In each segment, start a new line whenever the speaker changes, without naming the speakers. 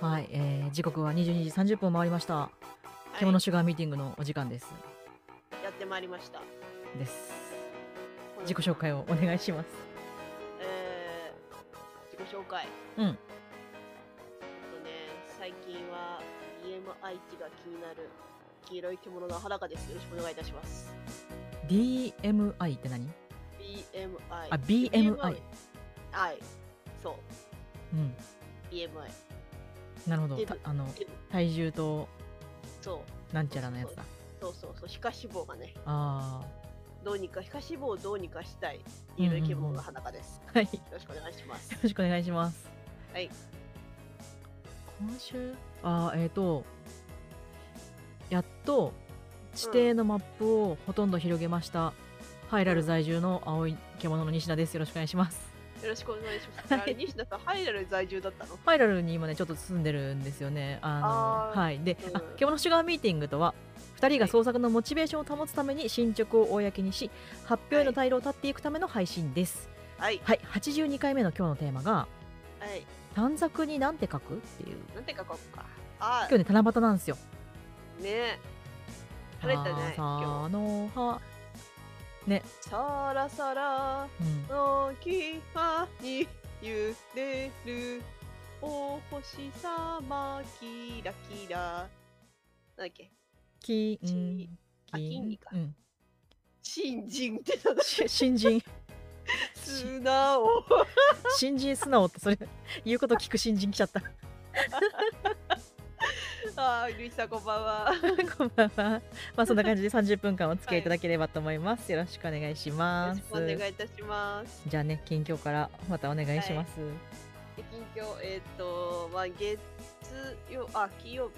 はい、えー、時刻は22時30分を回りました。
は
獣
い、
シュガーミーティングのお時間です。
やってまいりました。
です。
こ
自
の
己紹介をお願いします。
えー、自己紹介。
うん。
えっとね、最近は BMI 値が気になる黄色い獣の裸です。よろしくお願いいたします。
DMI って何
BMI。
あ、
え
BMI。
BMI。はい。そ
うん。
う。BMI。
なるほど。
デ
た
ブ。
あの、
デブ。
体重と
そう。
なんちゃらのや
そ
つ
う
だ。
そうそうそう。皮下脂肪がね、
あ
どうにか、皮下脂肪をどうにかした
ー。
い
う
黄
ん
色い
うんう
獣
ん。
の
は
裸です。
い。よ
よろしくお願いします。
ろしくお願いします。
はい。
今週あー、えっ、ー、と、やっと地
うん。
底のマップをほとんど広げました。ハイ
う
ラル
ん。
在住の青い獣の西田です。よろしくお願いします。
よろしくお願いします。
は
あれ、
い。
西田さん、ハイラル在住だったの
ハイラルに今ねちょっと住んでるんですよね。あの
あ
はいで
あー、う
あ
ん。
獣シュガーミーティングとは2人
は
が
い。
創作のモチベーションを保つために進捗を公にし発表へ
は
の
い。
退路を断っていくための配信です。
はい。
はい82回目の今日のテーマが
はい。
短冊になんて書くっていう
なんて書こうか。あ
今日ね七夕なんですよ。
ー、ねえ。晴れた
さあ
ね、今日。
さのはね
さらさら
うん
のきまに揺れるお星さまキラキラ。なんだっけ
金
ち、あ、金
金
にか。
うん
新人ってなんだっ
し
け
新人し
素直。
新人素直ってそれ言うこと聞く新人来ちゃった
あー、ルイさんこんばんは。
こんばんは。まあそんな感じで30分間お付き合
はい
いた
い。
だければと思います。よろしくお願いし
よろ
ま
しくお願
す。
いいたします。
じゃあね、近況からまたお願い
は
しま
い。
す。
で、近況、えっ、と、まあ、月曜、あ、金曜日、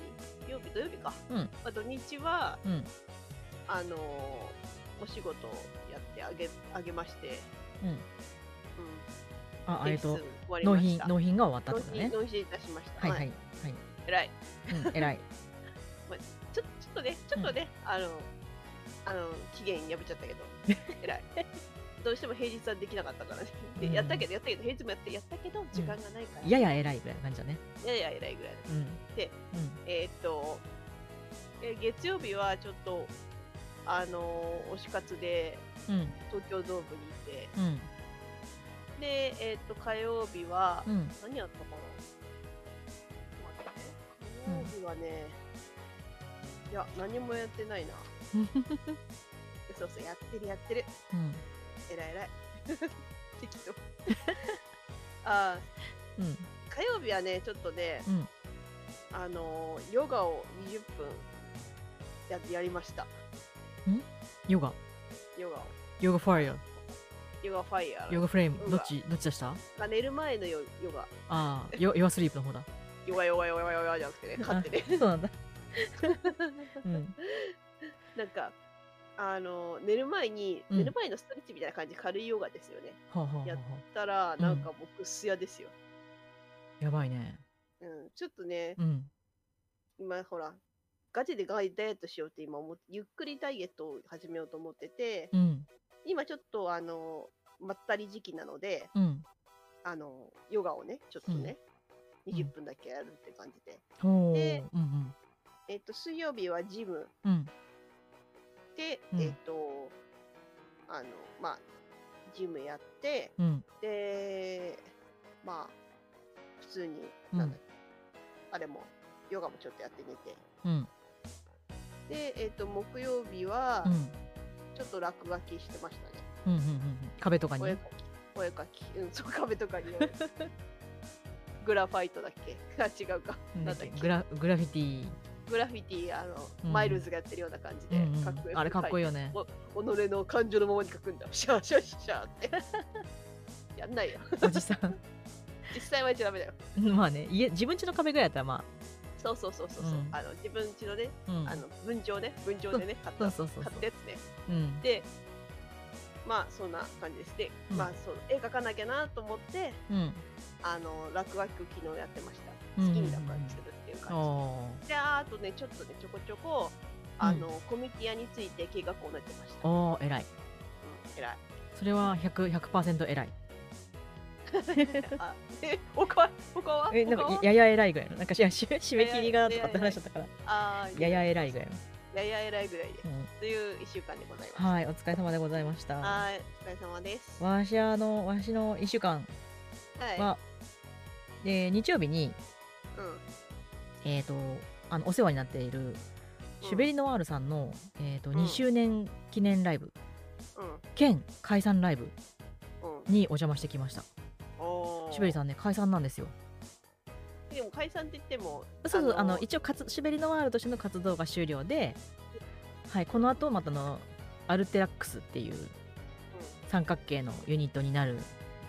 金曜日、土曜日か。
うん、
まあ、土日は、
うん、
あのーお仕事をやってあげ、あげまして、
うん。
うん、
あ、あ
提
えっと、
出終わり
納
まし
品、
た。
納品が終わったっ
納
てこと
品、
ね。
納品いたしました。
はい
は。
はいい、はい。
偉い。
うん、偉い。
まあ、ちょ、ちょっとね、ちょ
う
っと
ん。
ね、あの、あの、期限破っちゃった けど、偉い。どうしても平日はできなかったからね。
う
でやった
ん、
けど、やったけど、平日もやって、やったけど、
う
時
ん。
間がないから、
やや偉いぐらいな感じだね。
やや偉いぐらいだっ
うん、
た。で、
うん、
えーっと、え月曜日はちょっと、あのー推し活で
うん、
東京ドームにいて、
うん、
で、えーっと、火曜日は、
うん、
何やったかなちょっと待ってね。火
うん。
曜日はね、いや、何もやっ てないな。そうそう、やってるやってる。
うん、
えらいえ らい。適当。 ああ、
うん、
火曜日はね、ちょっとね、
うん。
あのーヨガを20分ややりました。
んヨガ、
ヨガを。
ヨガファイヤー、
ヨガファイヤー
ヨ
だ。
ガフレーム、
ヨ
どっ
ガ。
ち、どっち出した
まあ、寝る前のヨヨガ。
ああー、 ヨヨガスリープの方だ。
ヨガヨガヨガヨガじゃな くてね、勝っ
あ、
てね。
そうなんだ。うん、
なんか、あのー寝る前に、
う
寝る
ん。
前のストレッチみたいな感じ、軽いヨガですよね。
はあ、はあは
やっ
あは
たら、
あ、う
なん
ん。
かもうぐっすやですよ。
やばいね。
うん、ちょっとね、
うん。
今ほら、ガチでガイダイエットしようって今思って、ゆっくりダイエットを始めようと思ってて、
うん。
今ちょっとあの、まったり時期なので、
うん。
あの、ヨガをね、ちょ
う
っと
ん。
ね、
う
20
ん。
分だけやるって感じで。
ほ
で、
う。うん。
えっと、水曜日はジム
うん。
で、
う
えっ
ん。
と、あの、まあ、ジムやって、
うん。
で、まあ、普通に、
う
なん
ん。
だっけ、あれも、ヨガもちょっとやって寝て。
うん。
で、えっと、木曜日
う
は、
ん。
ちょっと落書きしてましたね。
うん。うん。うん壁とか
お絵
に。
かき。お絵かき。うん、そう、壁 とかによる。グラファイトだっけ あ、違うか。
なんだ
な
っ
んだ
け、
っ
グ
け
ラ、グラフィティ。
グラフィティ、あの、
う
マイル
ん。
ズがやってるような感じ
うん。う
で、かっ
ん。
こよ
あれ
く
かっ
書い
こいいよ
て、
ね。
お、己の感情のままに書くんだ。シャーシャーシャーって。 やんないよ。
おじさん。
実際はやっちゃダメだよ。
まあね、家、自分家の壁ぐらいだったら、ま
そうそうそう
あ。
そう
う
そう。
ん。
あの、自分家のね、
う
あ
ん。
の、文帳ね、文帳
そう
でね、買っ
そう
た、
そうそう
買
そ
っ
う。
たやつね。
うん。
で、まあ、そんな感じです。で、
う
ま
ん。
あ、その、絵描かなきゃなと思って、
うん。
あの、落書きを昨日やってました。
うん。
好
う
き
ん。
に落書きするっていう
うん。
感
お
じで。で、あとね、ちょっとね、ちょこちょこ、
う
あ
ん。
の、コミティアについて計画を練ってました。
おお、偉い。
うん、偉い。
それは100、100%偉い。
あえ他は他は
えなんか
他はい
やや偉いぐらいのなんかしし締め切りがとかって話だったから
あー
やや偉いぐらいの、
やや偉いぐらいで
うん
という一週間でございます
はいお疲れ様でございました
はいお疲れ様です
わしあのわしの1週間
はい、
は、で日曜日に
うん
えっ、とあのお世話になっているシュベリノワールさんの、えー、と
うん
2周年記念ライブ
う
兼解散ライブ
んうん
にお邪魔してきました
おー
シュベリさんね解散なんですよ
でも解散って言っても
そうそうあの一応活シュベリノワールとしての活動が終了で、はい、この後またあのアルテラックスっていう三角形のユニットになるん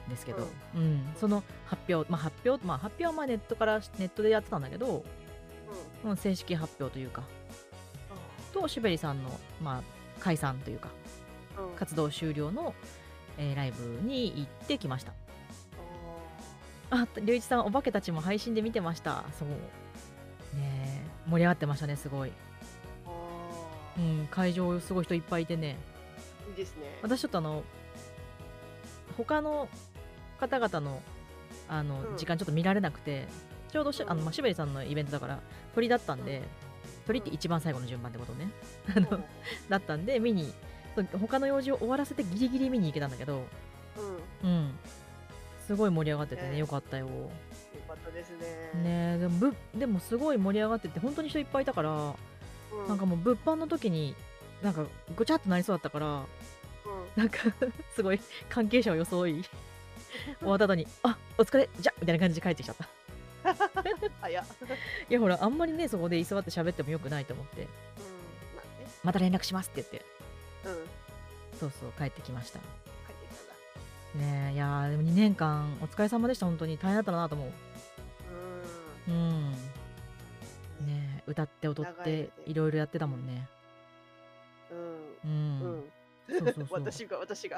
ですけど、うんその発表、まあ、発表、まあ、発表はまあネットからネットでやってたんだけど、
うんうん
うん、正式発表というかとシュベリさんの、まあ、解散というか
うん
活動終了の、えーライブに行ってきましたあ龍一さんお化けたちも配信で見てましたそうねえ盛り上がってましたねすごい、
あー
うん、会場すごい人いっぱいいてね
いいですね
私ちょっとあの他の方々のあの、
うん
時間ちょっと見られなくてちょうどし、
うん
あのまあ、しべりさんのイベントだから鳥だったんで、
うん
鳥って一番最後の順番ってことね
う
あのだったんで見にそう他の用事を終わらせてギリギリ見に行けたんだけど
んうんよ
うんすごい盛り上がってて
ね
ねよかったよ、
かったですね
ねえでもぶでもすごい盛り上がってて本当に人いっぱいいたから、
う
なんかもう物販の時になんかごちゃっとなりそうだったから
うん
なんか すごい関係者を装い終わった後に「あお疲れじゃ」みたいな感じで帰ってきちゃったい
あやうん
やほらあんまりねそこで居座って喋ってもよくないと思って
まあね
「また連絡します」って言って
うん
そうそう帰ってきました
帰ってきたんだ
ねえいやーでも2年間お疲れ様でした本当に大変だったなと思う
う
うん
ん
ねえ歌って踊っ
長い
て
よね
いろいろやってたもんね
うん
う、
うんん
そうそうそう
私が私が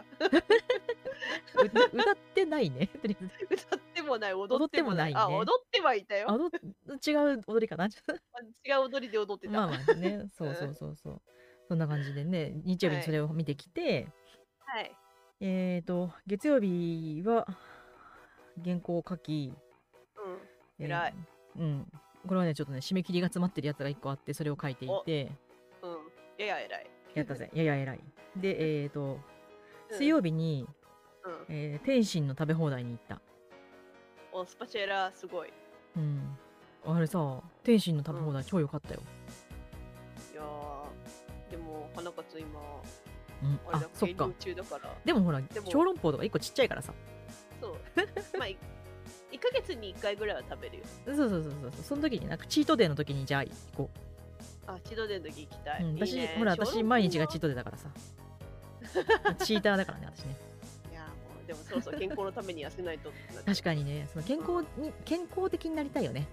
う 歌ってない ねとりあえず
歌ってもない踊ってもな
踊ってもない
い
ね
あ踊ってはいたよ
あの違う踊りかな
違う踊りで踊ってた、
まあまあねそうそうそうそうそんな感じでね日曜日にそれを見てきて、
はい
えーと月曜日は原稿を書き
う
えー
偉い
うんこれはねちょっとね締め切りが詰まってるやつが1個あってそれを書いていて
んうんやや偉い
や ったぜやや偉いでえーと
うん
水曜日に、
うん
えー天津の食べ放題に行った
おスパチェラすごい
うんあれさ天津の食べ放題超良かったよ、
いやーでも花勝今
うん、
あれ
あ
だ
そっ
営
か
業中だから
でもほら
も
小籠包とか1個ちっちゃいからさ
そう まあい一ヶ月に一回ぐらいは食べるよ
そうそうそうそうその時になんかチートデーの時にじゃあ行こ
あチドデンの時行きた
う、
い,、
うん、私
いいね
ほら私毎日がチ
小
ートデーだからさチーターだからね私ね
籠包いやーもうでもそろそろ健康のために痩せないとってなって
確かに ねその健康に健康的になりたいよね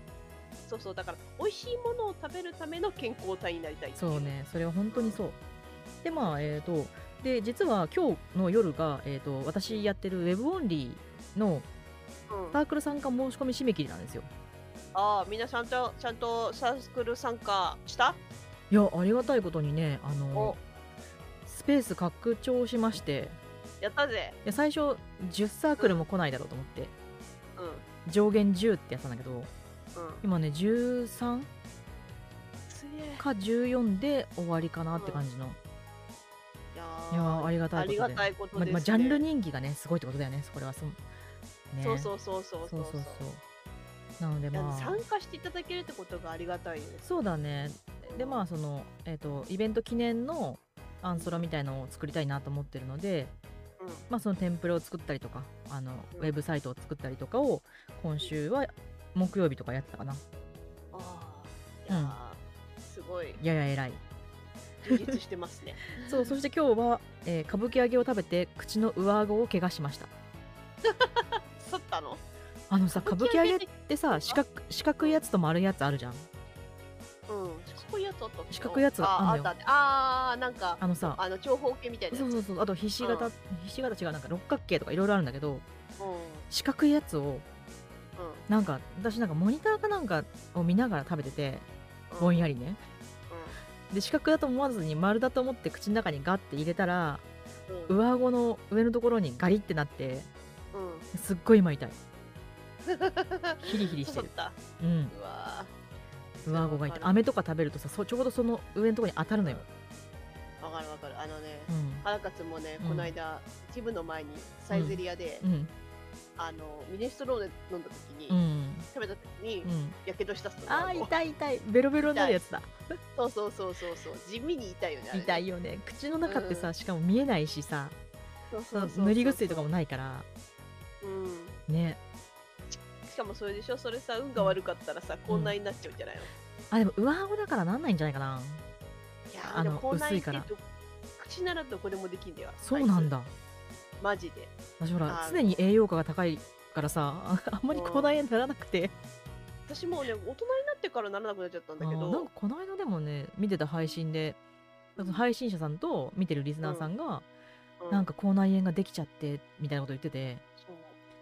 そうそうだから美味しいものを食べるための健康体になりたいってい
そうねそれは本当にそうでまあえっ、とで実は今日の夜が、えー、と私やってるウェブオンリーの
うん
サークル参加申し込み締め切りなんですよ
ああみんなちゃんとちゃんとサークル参加した
いやありがたいことにねあの
お
スペース拡張しまして
やったぜ
いや最初10サークルも来ないだろうと思って
うんうん
上限10ってやったんだけど今ね13
すげえ
か14で終わりかなって感じの、
いや
いやーありがた
あ
いこと
り
で
がたいこと
ま
で
あ
す、ね
まあジャンル人気がねすごいってことだよねそれはそ,、ね、
そうそうそうそうそうそう
なので
いや
まあ
参加していただけるってことがありがたいです
そうだねでまあそのえっ、とイベント記念のアンソロみたいのを作りたいなと思ってるので、
うん
まあ、そのテンプレを作ったりとかあの
うん
ウェブサイトを作ったりとかを今週は木曜日とかやってたかな
ああいやーすごい
やや偉い
充実してますね
そうそして今日は、えー歌舞伎揚げを食べて口の上顎を怪我しました
去ったの
あのさ歌
歌
舞
舞伎
伎揚
揚
げ
げ
ってさ四角四角いやつと丸いやつあるじゃん
うん四角いやつあったっけ
四角いやつが
あ
あ
あ
んの
った
よ
あったあーなんか
あのさ
あの長方形みたいなやつ
そうそうそうあとひし形、
うん
ひし形違うなんか六角形とかいろいろあるんだけど
うん
四角いやつを
うん
なんか私なんかモニターかなんかを見ながら食べてて
うん
ぼんやりね
う
で四角だと思わずに丸だと思って口の中にガッて入れたら
んうん
上顎の上のところにガリってなって
うん
すっごい今 痛いヒリヒリして
そっ
る
た
うん
うわ
上顎が痛い
わかる
飴とか食べるとさそうちょうどその上のところに当たるのよ、
ーわかるわかるあのね
うん
腹立つもね
うん
この間ジムの前にサイゼリアで
うん
あのミネストローネ飲んだ時
う
に
ん
食べた時に
うん
やけどしたっすよ
あー
顎
痛い痛いベロベロになるやつだ
そうそうそうそうそう地味に痛いよねあれね
痛いよね口の中って
う
さしかも見えないしさ
そう
そ
そう
の
そうそう
塗り薬とかもないから
うん
ね
しかもそれでしょそれさ運が悪かったらさこんなになっちゃうんじゃないの
あでも上顎だからなんないんじゃないかない
や
あ
ー
の
でも口内
薄いから
炎ってど口ならどこでもできんだよ
そうなん
だ
だ
マジで
私ほら
あー
常に栄養価が高いからさ あんまり口内炎ならなくて
私もうね大人になってからならなくなっちゃったんだけ
あーなん
ど
かこの間でもね見てた配信でその配信者さんと見てるリスナーさんが、
う
なんか口内炎ができちゃってみたいなこと言ってて
そう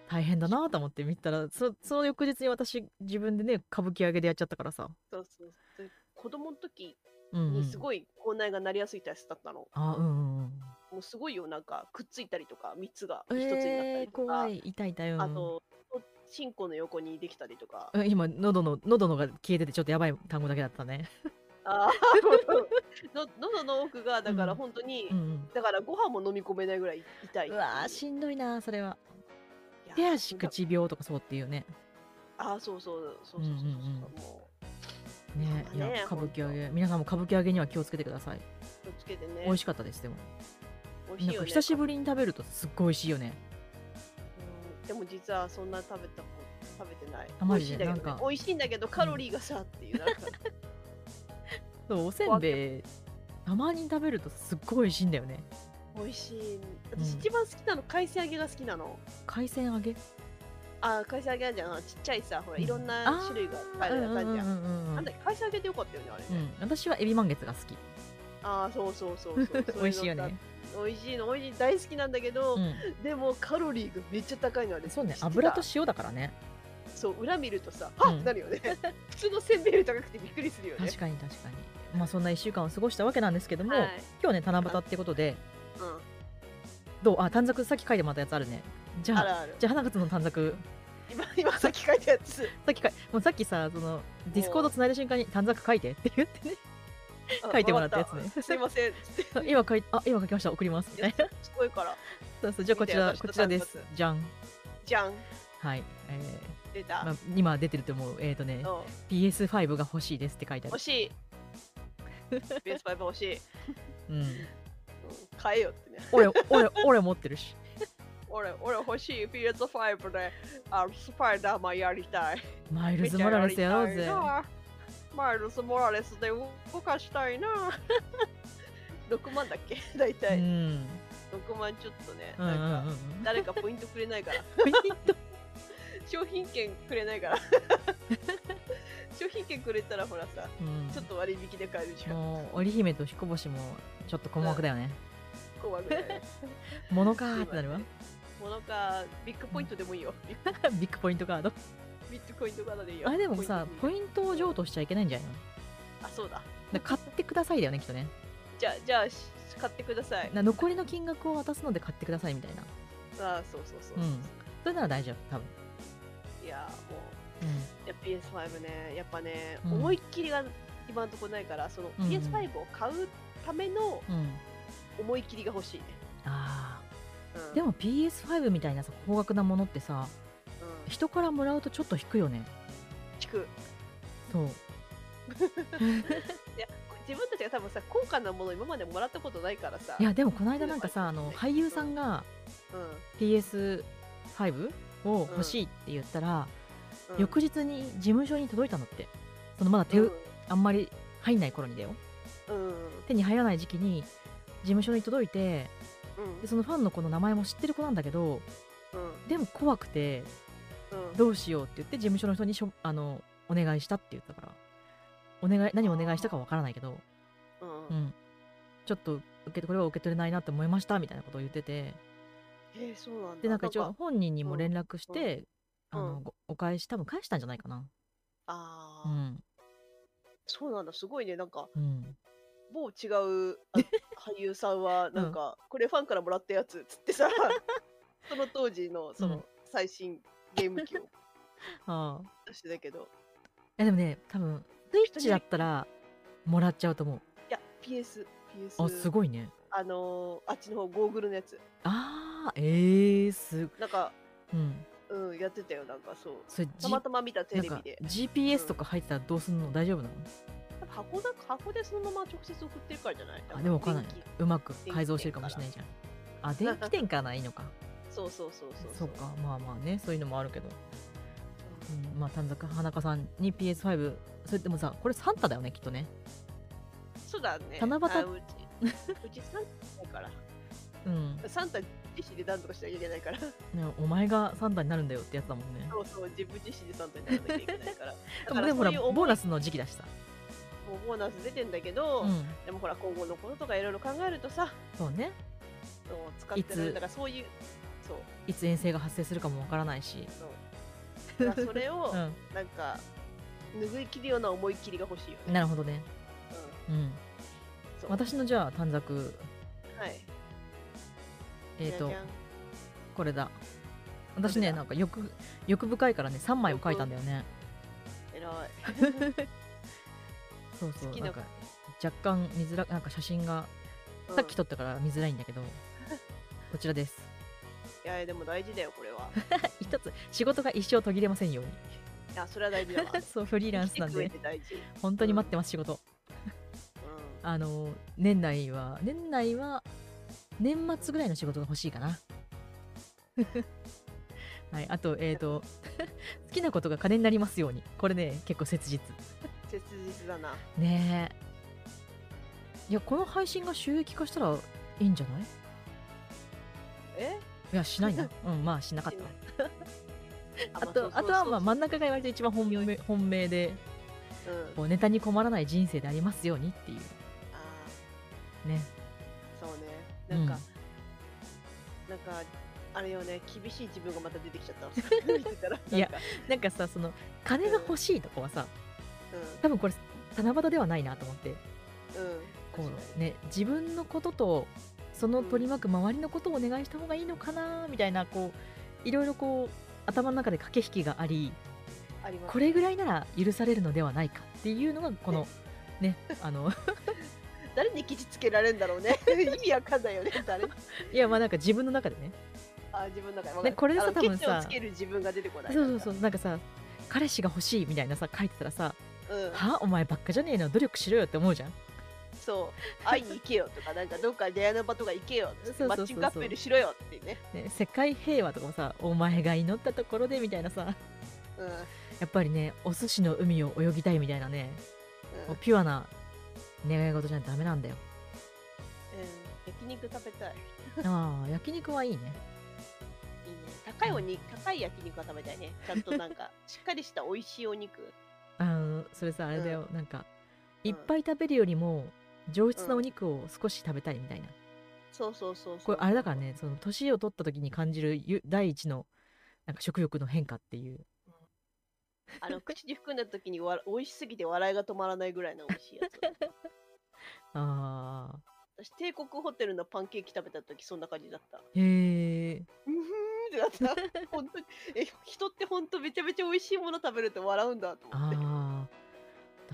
大変だなと思って見てたらそその翌日に私自分でね歌舞伎揚げでやっちゃったからさ、
そうそうそう子供の時
うんう
に
ん、
す
い
ごい口内がなりやすい体質だったの、
あーうんうんうん
もうすごいよなんかくっついたりとか3つが
え
1つになった
え
り
ー
とか、
怖い痛い痛い、うん、
あと進行の横にできたりと か、
うん今喉の喉のが消えててちょっとやばい単語だけだったね
あーの喉の奥がだから本当に、
うんうん
だからご飯も飲み込めないぐらい痛い。
うわーしんどいなそれはい
や
手足
なんか
口病とかそうっていうね
あーそうそうそうそうそうそうそ
うん
う、
うんうん
もう
ねい
いや
や
ね
歌舞伎揚
ほ
げ皆さんも歌舞伎揚げには気をつけてください、
気をつけてね
美味しかったですでも
美味し
ないん
よ
か
ね
久しぶりに食べるとすっごい美味しいよね
うんでも実はそんな食べたこと食べてな
あ
い美
マ
味
ジ
しい
で
んだけど、ね
なん、か
美味しいんだけどカロリーがさ、っていうなんか
そうおせんべいたまに食べるとすっごい美味しいんだよね
美味しい
うん
私一番好きなの海鮮揚げが好きなの、
海鮮揚げ
あー海鮮揚げあるじゃんあのちっちゃいさほらいろんな種類があるやつあるじゃ
う
ん、
んうんうんうん
なんだっけ海鮮揚げってよかったよねあれ
う
ね、
ん私はエビ満月が好き
ああそうそうそうそうそ う
美味しいよ
のが
ね
美味しいの美味しい大好きなんだけど、
う
でもカロリーがめっちゃ高いのあれ
んそうね
知ってた
油と塩だからね
そう裏見るとさはっ、
うん
なるよね 普通のせんべいより高くてびっくりするよね
確かに確かにまあそんな1週間を過ごしたわけなんですけども、
はい
今日ね七夕ってことで
うん
どうあ短冊さっき書いてもらったやつあるねじゃ
あ
あ
るある
じゃあ花月の短冊
今今さっき書いたやつ
さっきかもうさっきさそのディスコードつないだ瞬間に短冊書いてって言ってね
あ
書いてもらったやつね
わかっすいま せんつって
今書いあ今書きました送りますみたいな
すごいから
そうそうじゃあこちら
見て
こ
私の短冊
ちらですじゃん
じゃん
はい、え
出
ー
た、
まあ、今出てると思うえっ、ー、とね
うん
PS5 が欲しいですって書いてあ
欲
る
しい PS5 欲しい、うん
うん
買えよってね
俺俺俺持ってるし
俺俺欲しい PS5 であのスパイダーマンやりたい
マイルズ・モラレスやろう
めっちゃ
ぜ
やりたいなマイルス・モラレスで動かしたいな 6万だっけ大
う
体、
ん
6万ちょっとね
うんうんうん
なん
う
か
ん
誰かポイントくれないから商品券くれないから 商品券くれたらほらさ
うん
ちょっと割引で買えるじゃん
もう織姫と彦星もちょっと困惑だよね。
怖くない
ものかーってなるわ。
ものかビッグポイントでもいいよビッグ
ビッグポイントカード。
ビッグポイントからでいいよ
あれでもさ、ポ
ント
イントを譲渡しちゃいけないんじゃないの
でいいあそうだ
だから買ってくださいだよね、きっとね。
じゃあじゃあし買ってください
な残りの金額を渡すので買ってくださいみたいな。
あそうそうそう、
うんそれなら大丈夫、多分。
いやーも
う
ういや PS5 ねやっぱね、
うん
思いっきりが今のところないからその
うんうん
PS5 を買うための
ん。うん。
思いっきりが欲しいね、
あ
うん
ーでも PS5 みたいなさ、高額なものってさ、
うん
人からもらうとちょっと引くよね。
聞く
そう。
いや自分たちが多分さ高価なもの今までもらったことないからさ
いや、でもこの間なんかさ、あの、俳優さんが
うん
PS5 を欲しいって言ったら、
うん
翌日に事務所に届いたのってそのまだ手、
うん
あんまり入んない頃にだよ
うん
手に入らない時期に事務所に届いて
うん
でそのファンの子の名前も知ってる子なんだけど
うん
でも怖くて
うん
どうしようって言って事務所の人にしょあのお願いしたって言ったからお願い何をお願いしたかわからないけど、
うん
う、ん、ちょっと受けこれは受け取れないなって思いましたみたいなことを言ってて
えー、そうなんだ
でなんか一
な
応
ん
本人にも連絡して、
うん
あ
う
のごお返し多分返したんじゃないかな。
あ
う
ー、
ん
そうなんだすごいねなんか
うん、
某違う あ 俳優さんはなんか、これファンからもらったやつっつってさその当時のその、
うん
最新ゲーム機を
ああ
私だけど
いやでもね多分スイッチだったらもらっちゃうと思
いや PS, PS
うあすごいね
あのーあっちの方ゴーグルのやつ
あーえー、す
なんか
うん
うんやってたよなんかそう
それ、
た
G
またま見たテ
な
レ
ん
ビ
か
で
GPS とか入ってたらどうすんの大丈夫なの
箱だ箱でそのまま直接送ってるからじゃない
あでもわかんない
電気
うまく改造してるかもしれないじゃんあ電気店からないいのか
そうそうそうそう
そうかまあまあねそういうのもあるけど、うん、まあ短冊花香さんに PS5 それでもさこれサンタだよねきっとね
そうだね
七夕
あうちうちサンタだから
うん
サンタ自身で何とかしなきゃいけないから
ねお前がサンタになるんだよってやつだもんね
そうそう自分自身でサンタにならなきゃいけな いからだか
で
ら
もほら
そういう
ボー
思い
ナスの時期だしさ
もボーナス出てんだけど、
うん
でもほら今後のこととかいろいろ考えるとさ
そうね
そう使って
い
る
つ
だからそういうそう
いつ遠征が発生するかもわからないし
そうだからそれを、
うん
なんか拭い切るような思い切りが欲しいよね
なるほどね
うん
うん
そう
私のじゃあ短冊
はい
えっ、と
じゃじゃん
これだ私ね
これだ
なんか欲欲深いからね3枚を書いたんだよね
偉い
そうそう
好き
な
なん
か若干見づらなんか写真が
うん
さっき撮ったから見づらいんだ けど、こちらです
いやでも大事だよこれは
一つ仕事が一生途切れませんように
いや それは大事だわ
そう フリーランスなん
生き
で
てく上で大事、
本当に待ってます仕事
う
あの年内は年内は年末ぐらいの仕事が欲しいかな はいあとえっ、と 好きなことが金になりますようにこれね結構切実
ん、切実だな
ねえいやこの配信が収益化したらいいんじゃない
え
いやしない なうんまあしなかったわあ
まそう
と
そう
あとは
そう
まあ真ん中が割と一番本命本命で
うん
こうネタに困らない人生でありますようにっていう
あ
ね
ーそうねなんか、なんかあれよね厳しい自分がまた出てきちゃったわ 見てたら
いや
なんか
なんかさその金が欲しいとこはさ多分これ七夕ではないなと思って
うんうん
こ
確か
う
に
ね自分のこととその取り巻く周りのことをお願いした方がいいのかなみたいなこういろいろこう頭の中で駆け引きがあり
あります
これぐらいなら許されるのではないかっていうのがこのねあの
誰にケチつけられるんだろうね 意味わかんないよね誰に
いやまあなんか自分の中でね
あ自分の中でわか
ね
る
これでさ
あの
多分さ
ケチをつける自分が出てこない
そうそうそううなんかさ彼氏が欲しいみたいなさ書いてたらさ
そう、
「
ん、
はお前ばっかじゃねえの努力しろよ」って思うじゃん
そう会いに行けよとかなんかどっか出会いの場とか行けよ
そうそうそうそう
マッチングアップしろよってね
ね、世界平和とかもさお前が祈ったところでみたいなさ
うんうん
やっぱりねお寿司の海を泳ぎたいみたいなねもうピュアな願い事じゃダメなんだよ
焼肉食べたい
ああ焼肉はいいね
いいね高いお肉高い焼肉は食べたいねちゃんとなんかしっかりした美味しいお肉
あのそれさあれだよ、なんかいっぱい食べるよりも上質なお肉を少し食べたいみたいな、
そうそうそうそう
これあれだからねその年を取った時に感じるゆ第一のなんか食欲の変化っていう
あの口に含んだ時にわ美味しすぎて笑いが止まらないぐらいの美味しいやつ
ああ
私帝国ホテルのパンケーキ食べた時そんな感じだった
へえ
うふーんってなった本当にえ人って本当めちゃめちゃ美味しいもの食べると笑うんだと思って
ああ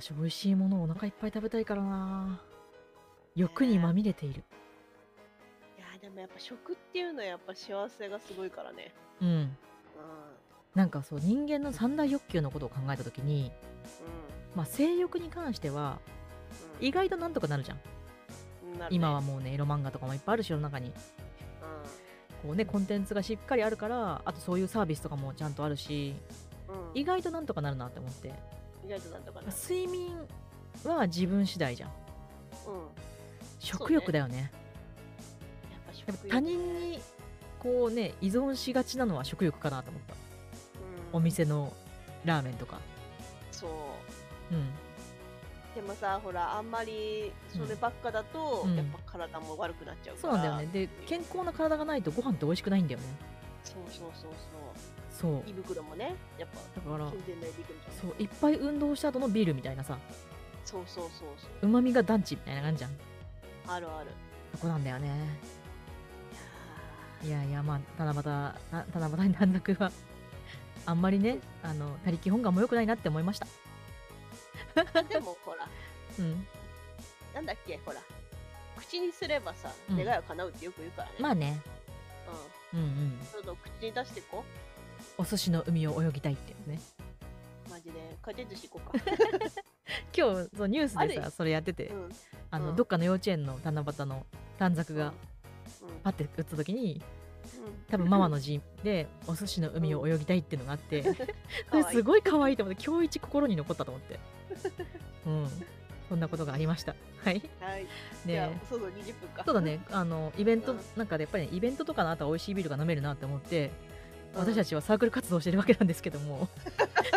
私美味しいものをお腹いっぱい食べたいからな欲にまみれている、
いやーでもやっぱ食っていうのはやっぱ幸せがすごいからね
うん
う
なんかそう人間の三大欲求のことを考えた時に、
ん
まあ、性欲に関しては
うん
意外となんとかなるじゃん
うんなるね
今はもうねエロ漫画とかもいっぱいあるし世の中にこうねコンテンツがしっかりあるからあとそういうサービスとかもちゃんとあるし
うんうん
意外となんとかなるなって思って
意外となんとかなる
睡眠は自分次第じゃん
うん
食欲だよね
やっぱ食
やっ
欲
ぱ他人にこうね依存しがちなのは食欲かなと思った
うん
お店のラーメンとか
そう
うん
でもさほらあんまりそればっかだと、
うん
やっぱ体も悪くなっちゃうか
そう
ら
なんだよねで健康な体がないとご飯って美味しくないんだよね
そうそうそうそ
そう
う胃袋もねやっぱ
だから
健全な胃袋じゃ
そういっぱい運動した後のビールみたいなさ
んそうそうそうそう
うまみが 団地みたいな感じじゃん
あるある
そこなんだよねい
いやー
やいやまあ七夕な七夕に短冊は あんまりねあの他力本願も良くないなって思いました
あでもほら
うん
なんだっけほら口にすればさ
うん
願いは叶うってよく言うからね、
まあね
うん
うんうん
どんどん口に出してこ
お寿司の海を泳ぎたいっていうね
うマジで回転寿司行こ うか
今日そうニュースで
あ
さ
る
それやってて、
うん
あの
うん
どっかの幼稚園の七夕の短冊が
うん
パッて打った時に
うん
多分ママの字で「お寿司の海を泳ぎたい」っていうのがあって、
かわいい
すごい可愛いと思って今日一心に残ったと思ってうんそんなことがありましたはい
はいじゃ
ね
あそうそう20分 か
そうだねあのイベント
うん
なんかでやっぱり、ね、イベントとかの後は美味しいビールが飲めるなって思って
うん
私たちはサークル活動してるわけなんですけども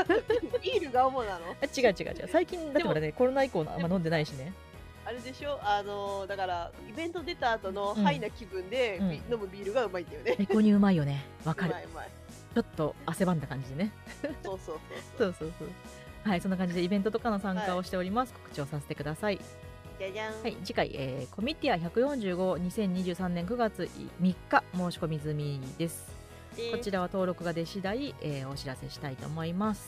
ビールが主なの
あ違う違う違う最近だって
でも
まだねコロナ以降のあんま飲んでないしね
あれでしょあのだからイベント出た後の
うん
ハイな気分で、
うん
ビ飲むビールがうまいんだよね
レコにうまいよねわか
う
る
まいうまい
ちょっと汗ばんだ感じでね
そうそうそうそ
そううそうそうはいそんな感じでイベントとかの参加をしております、告知をさせてください
じゃじゃん
はい、次回、えーコミティア1452023年9月3日申し込み済みです。
で
こちらは登録が出次第、えーお知らせしたいと思います。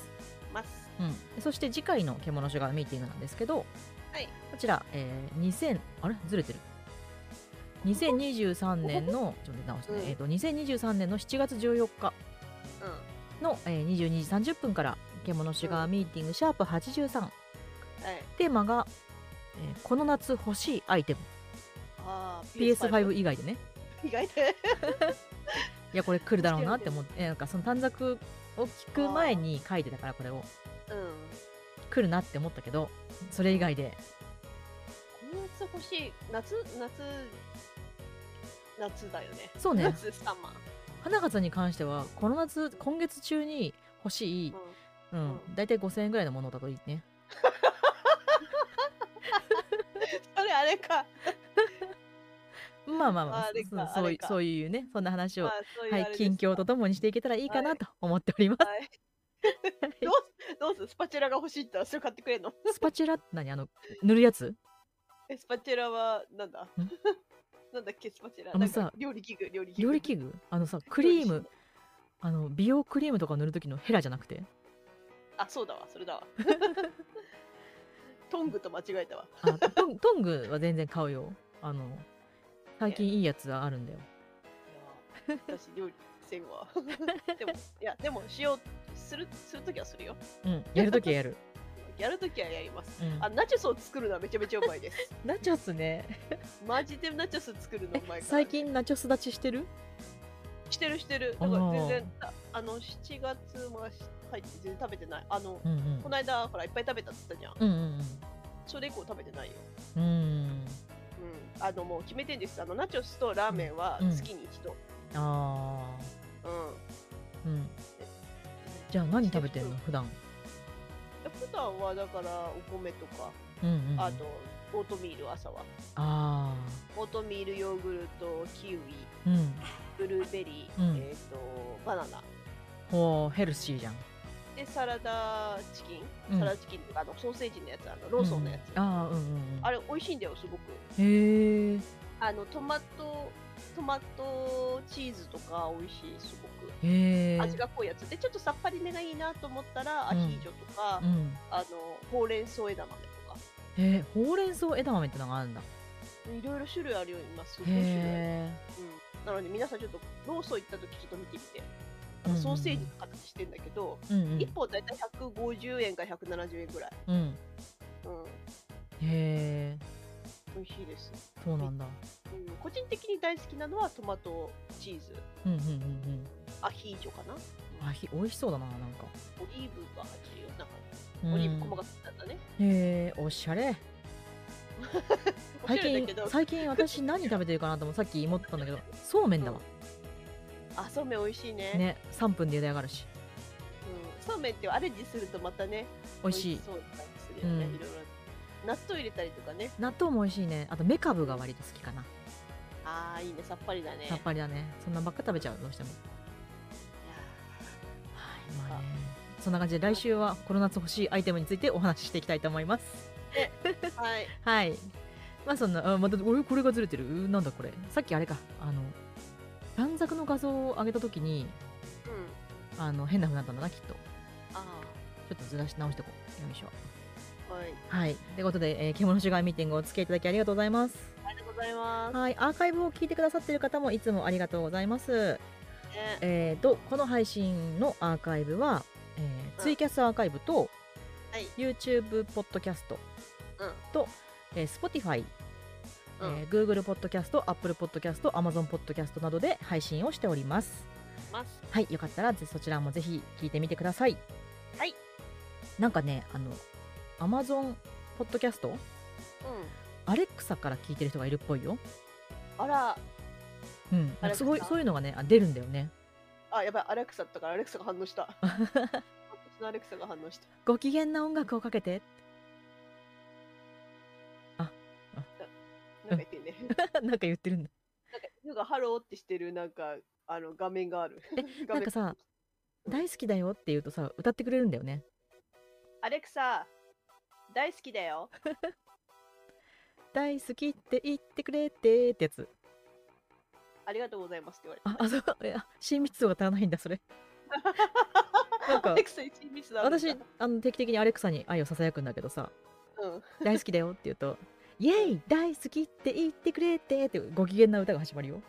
ます
うん、そして次回の獣シュガーミーティングなんですけど、
はい
こちら、えー2000あれずれてる2023年のちょっと直して、ね
うん
えー、と2023年の7月14日
うん
の、えー22時30分から獣シュガーミーティングシャープ83
はい
テーマが、えーこの夏欲しいアイテム
あー
PS5 以外でね
意外で
いやこれ来るだろうなって思ってなんかその短冊を聞く前に書いてたからこれを
うん
来るなって思ったけどそれ以外で
この夏欲しい夏夏夏だよね
そうね
夏サマー、
花形に関してはこの夏今月中に欲しい、
うん
うん
うん
大体5000円ぐらいのものだといいね
それあれか
まあまあまあ
あれか
そう
あ
そう
れ
い
か
そういうねそんな話を、
まあそういう
は
あれ
い
です
近況とともにしていけたらいいかなと思っております、
はいどうすどうするスパチュラが欲しいって言ったらそれ買ってくれんの
スパチュラって何あの塗るやつ
えスパチュラはなんだ なんだっけスパチュラ
あの
なんか
さ
料理器具料理器具
料理器具あのさクリームあの美容クリームとかを塗る時のヘラじゃなくて
あそうだわそ れだわトングと間違えたわ
あトン トングは全然買うよあの最近いいやつはあるんだよ
いやー私料理せ んわでもいやでもしようするするときはするよ
うんやるときはやる、
やるときはやります
うん
あナチョスを作るのはめちゃめちゃうま いです
ナチョスね
マジでナチョス作るのうまいから、
え最近ナチョス立ちしてる
してるしてるだから
あー
全然ああの7月も入って全然食べてないあの、
うんうん
この間ほらいっぱい食べたって言ったじゃ
う
ん
んうん
それ以降食べてないよ
うんうん
うんあのもう決めてんですあのナチョスとラーメンは
うん
月に一度
あ
うん、
ーうんじゃあ何食べてんの普段
普段はだからお米とか
うんうんうん
あとオートミール朝は
あ
オートミールヨーグルトキウイ
ーうん
ブルーベリー、
うん
えっ、とバナナ
ほうヘルシーじゃん
でサラダチキン、
うん
サラダチキンとかあのソーセージのやつあのローソンのやつ、
うんあーうんうんうん
あれ美味しいんだよすごく
へえ
あのトマトトマトチーズとか美味しいすごく
へえ
味が濃いやつでちょっとさっぱりめがいいなと思ったら、
うん
アヒージョとか、
うん
あのほうれん草枝豆とか
へえほうれん草枝豆ってのがあるんだ
いろいろ種類あるよ今すごい種類ある、
へ
うん、なので皆さんちょっとローソン行った時ちょっと見てみて
うんうんうん
ソーセージの形してんだけど、
えうん
一1本大体150円から170円ぐらい、
うんうん
う
へ
ん、
え
美味しいです、
そうなんだ
うん、個人的に大好きなのはトマトチーズ
うんうんうんうん
アヒージョかな
あひ美味しそうだななんか
オリーブが入ってるよなんか
うん
オリーブ細かく切ったんだね、
へえおしゃれ
お
最
しゃれだ
近
けど
最近私何食べてるかなと思ってさっき思ったんだけどそうめんだわ、
あそうめん美味しいね
ね3分で茹で上がるし
うん、そうめんってアレンジするとまたね
美味しい
そうな感じするよね、
うん
いろいろ納豆入れたりとかね
納豆も美味しいねあとメカブが割と好きかな
あーいいねさっぱりだね
さっぱりだねそんなんばっか食べちゃうどうしてもはいまあねそんな感じで来週はこの夏欲しいアイテムについてお話ししていきたいと思います
いやーはい
はいまあそんなあまた俺これがずれてるうーなんだこれさっきあれかあの短冊の画像を上げた時に
うん
あの変な風になったんだなきっとち
あ
ょっとずらし直してこうよいしょ
あはい
はいということで、えー、獣主外ミーティングをお付き合いいただきありがとうございます
ありがとうございま
はいアーカイブを聞いてくださっている方もいつもありがとうございます
すね
えー、とこの配信のアーカイブは、えー
うん
ツイキャスアーカイブと、
はい
YouTube ポッドキャスト
うん
と、えー Spotify、
うん
えー Google ポッドキャスト Apple ポッドキャスト Amazon ポッドキャストなどで配信をしております
ます
はいよかったらぜそちらもぜひ聞いてみてください
はい
なんかねあの Amazon ポッドキャスト
うん
アレクサから聞いてる人がいるっぽいよ
あら
うんなんかすごい
Alexa
そういうのがねあ出るんだよね
あやばいアレクサだったからアレクサが反応 した私のアレクサが反応した
ご機嫌な音楽をかけて
な んか言ってね
なんか言ってるんだ
なんか犬がハローってしてるなんかあの画面がある 画
なん
面
かさ大好きだよって言うとさ歌ってくれるんだよね
アレクサ大好きだよ
大好きって言ってくれてってやつ
ありがとうございますって言われ
ああそういや親密度が足らないんだそ れなん
た
か
アレクサ一ミスだ
私
うん
あの定期的にアレクサに愛をささやくんだけどさ大好きだよって言う と「イエイ大好きって言ってくれて」ってご機嫌な歌が始まるよ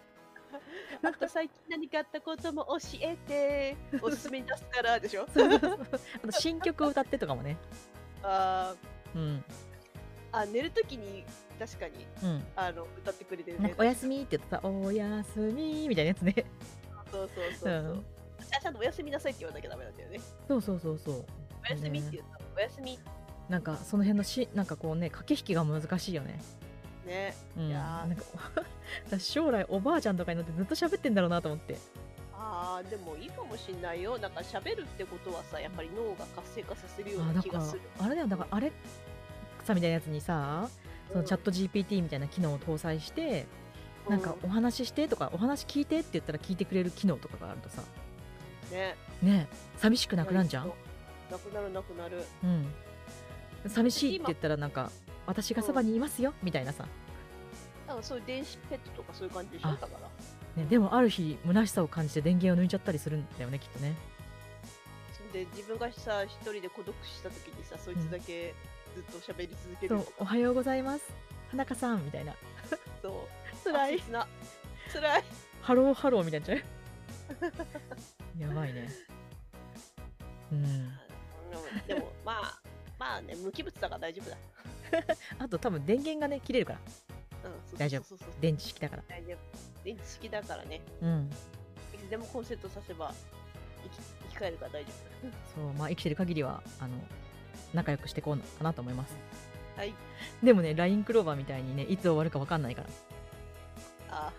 あと最近何かあったことも教えて おすすめに出すからでしょ
あと新曲を歌ってとかもね
あ
うん
ーあ寝るときに確かに
うん
あの歌ってくれてる
なん
ね
かおやすみって言ってさ「おやすみ」みたいなやつね
そうそうそうそう、
うん
あちゃんとおやすみなさいって言わなきゃダメなんだよね
そうそうそうそう
おやすみって言ったらおやすみ
なんかその辺のしなんかこうね駆け引きが難しいよね
ね
うん、
いや
な
ー
んか 私将来おばあちゃんとかになってずっと喋ってんだろうなと思って
あーでもいいかもしんないよなんか喋るってことはさやっぱり脳が活性化させるよ
あ
うな
だ
気
か
が
ら
する
あれだよだからあれさみたいなやつにさそのチャット
ト
GPT みたいな機能を搭載して、なんかお話ししてとかお話聞いてって言ったら聞いてくれる機能とかがあるとさ
ね
ね寂しくなくなんじゃん、
なくなるなくなる
うん、寂しいって言ったらなんか私がそばにいますよみたいなさ、
なんかそういう電子ペットとかそういう感じでしょ
あ
だから
ね、でもある日虚しさを感じて電源を抜いちゃったりするんだよねきっとね
それで自分がさ一人で孤独死した時にさそいつだけずっと喋り続け
そ
る
う
と
お
か
はようございます花香さんみたいな
そう
辛い
つな辛 い
ハローハローみたいになっちゃ うやばいねうん
うんでもまあまあね無機物だから大丈夫だ
あと多分電源がね切れるから
うんそうそうそう
大丈夫
そうそう
電池式だから
大丈夫電池式だからね
うん
いつでもコンセントさせば生き生き返るから大丈夫
そうまあ生きてる限りはあの仲良くしてこうのかなと思います
はい
でもね LINE クローバーみたいにねいつ終わるか分かんないか
あ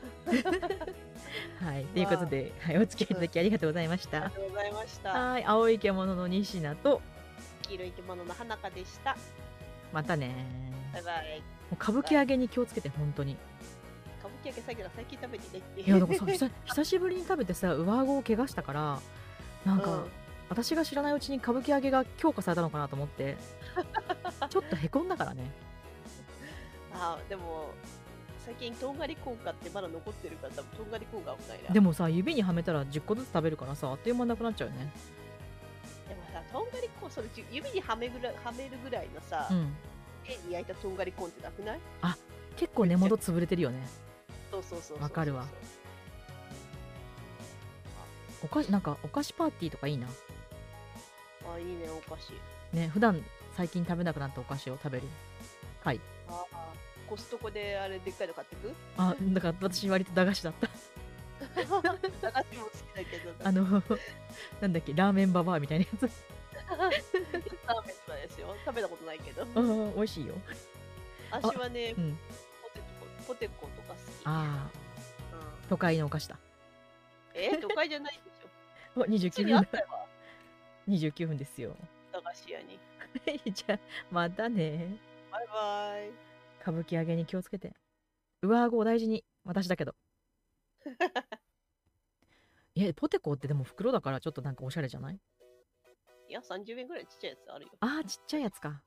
らはいということで、はい、お付き合いいただきありがとうございまし
ありが
た、
とうございました
はい青い獣の西名と
黄色い生き物の花香でした
またね
バイバイ
もう歌舞伎揚げに気をつけて本当に
歌舞伎揚げさっきから最近食べてねって
いやだからさ 久久しぶりに食べてさ上顎を怪我したからなんか、
うん
私が知らないうちに歌舞伎揚げが強化されたのかなと思って ちょっとへこんだからね
あーでも最近とんがり効果ってまだ残ってるから多分とんがり効果は危ないな
でもさ指にはめたら10個ずつ食べるからさあっという間なくなっちゃうよね
でもさとんがりコーンそれじ指にはめぐらはめるぐらいのさ
うん
絵、に焼いたとんがりコーンってなくない
結構根元潰れてるよね
そうそうそうそう
わかるわお菓子なんかお菓子パーティーとかいいな
あいいねお菓子
ね普段最近食べなくなったお菓子を食べる
ああコストコであれでっかいの買っ てく
あだから私割と駄菓子だった
駄菓子も好きだけど
あのなんだっけラーメンババアみたいなやつ
ラーメンとかですよ食べたことないけど
うん 美味しいよ
私はね
うん
ポテトポテコとか好き
ああ
うん
都会のお菓子だ
え都会じゃない でしょ
お29
次あ
分
ったわ
29分ですよ
駄菓子屋に
はいじゃあまたね
バイバイ
歌舞伎揚げに気をつけて上顎を大事に私だけ どいやポテコってでも袋だからちょっとなんかおしゃれじゃない
いや30円ぐらいちっちゃいやつあるよ
あーちっちゃいやつか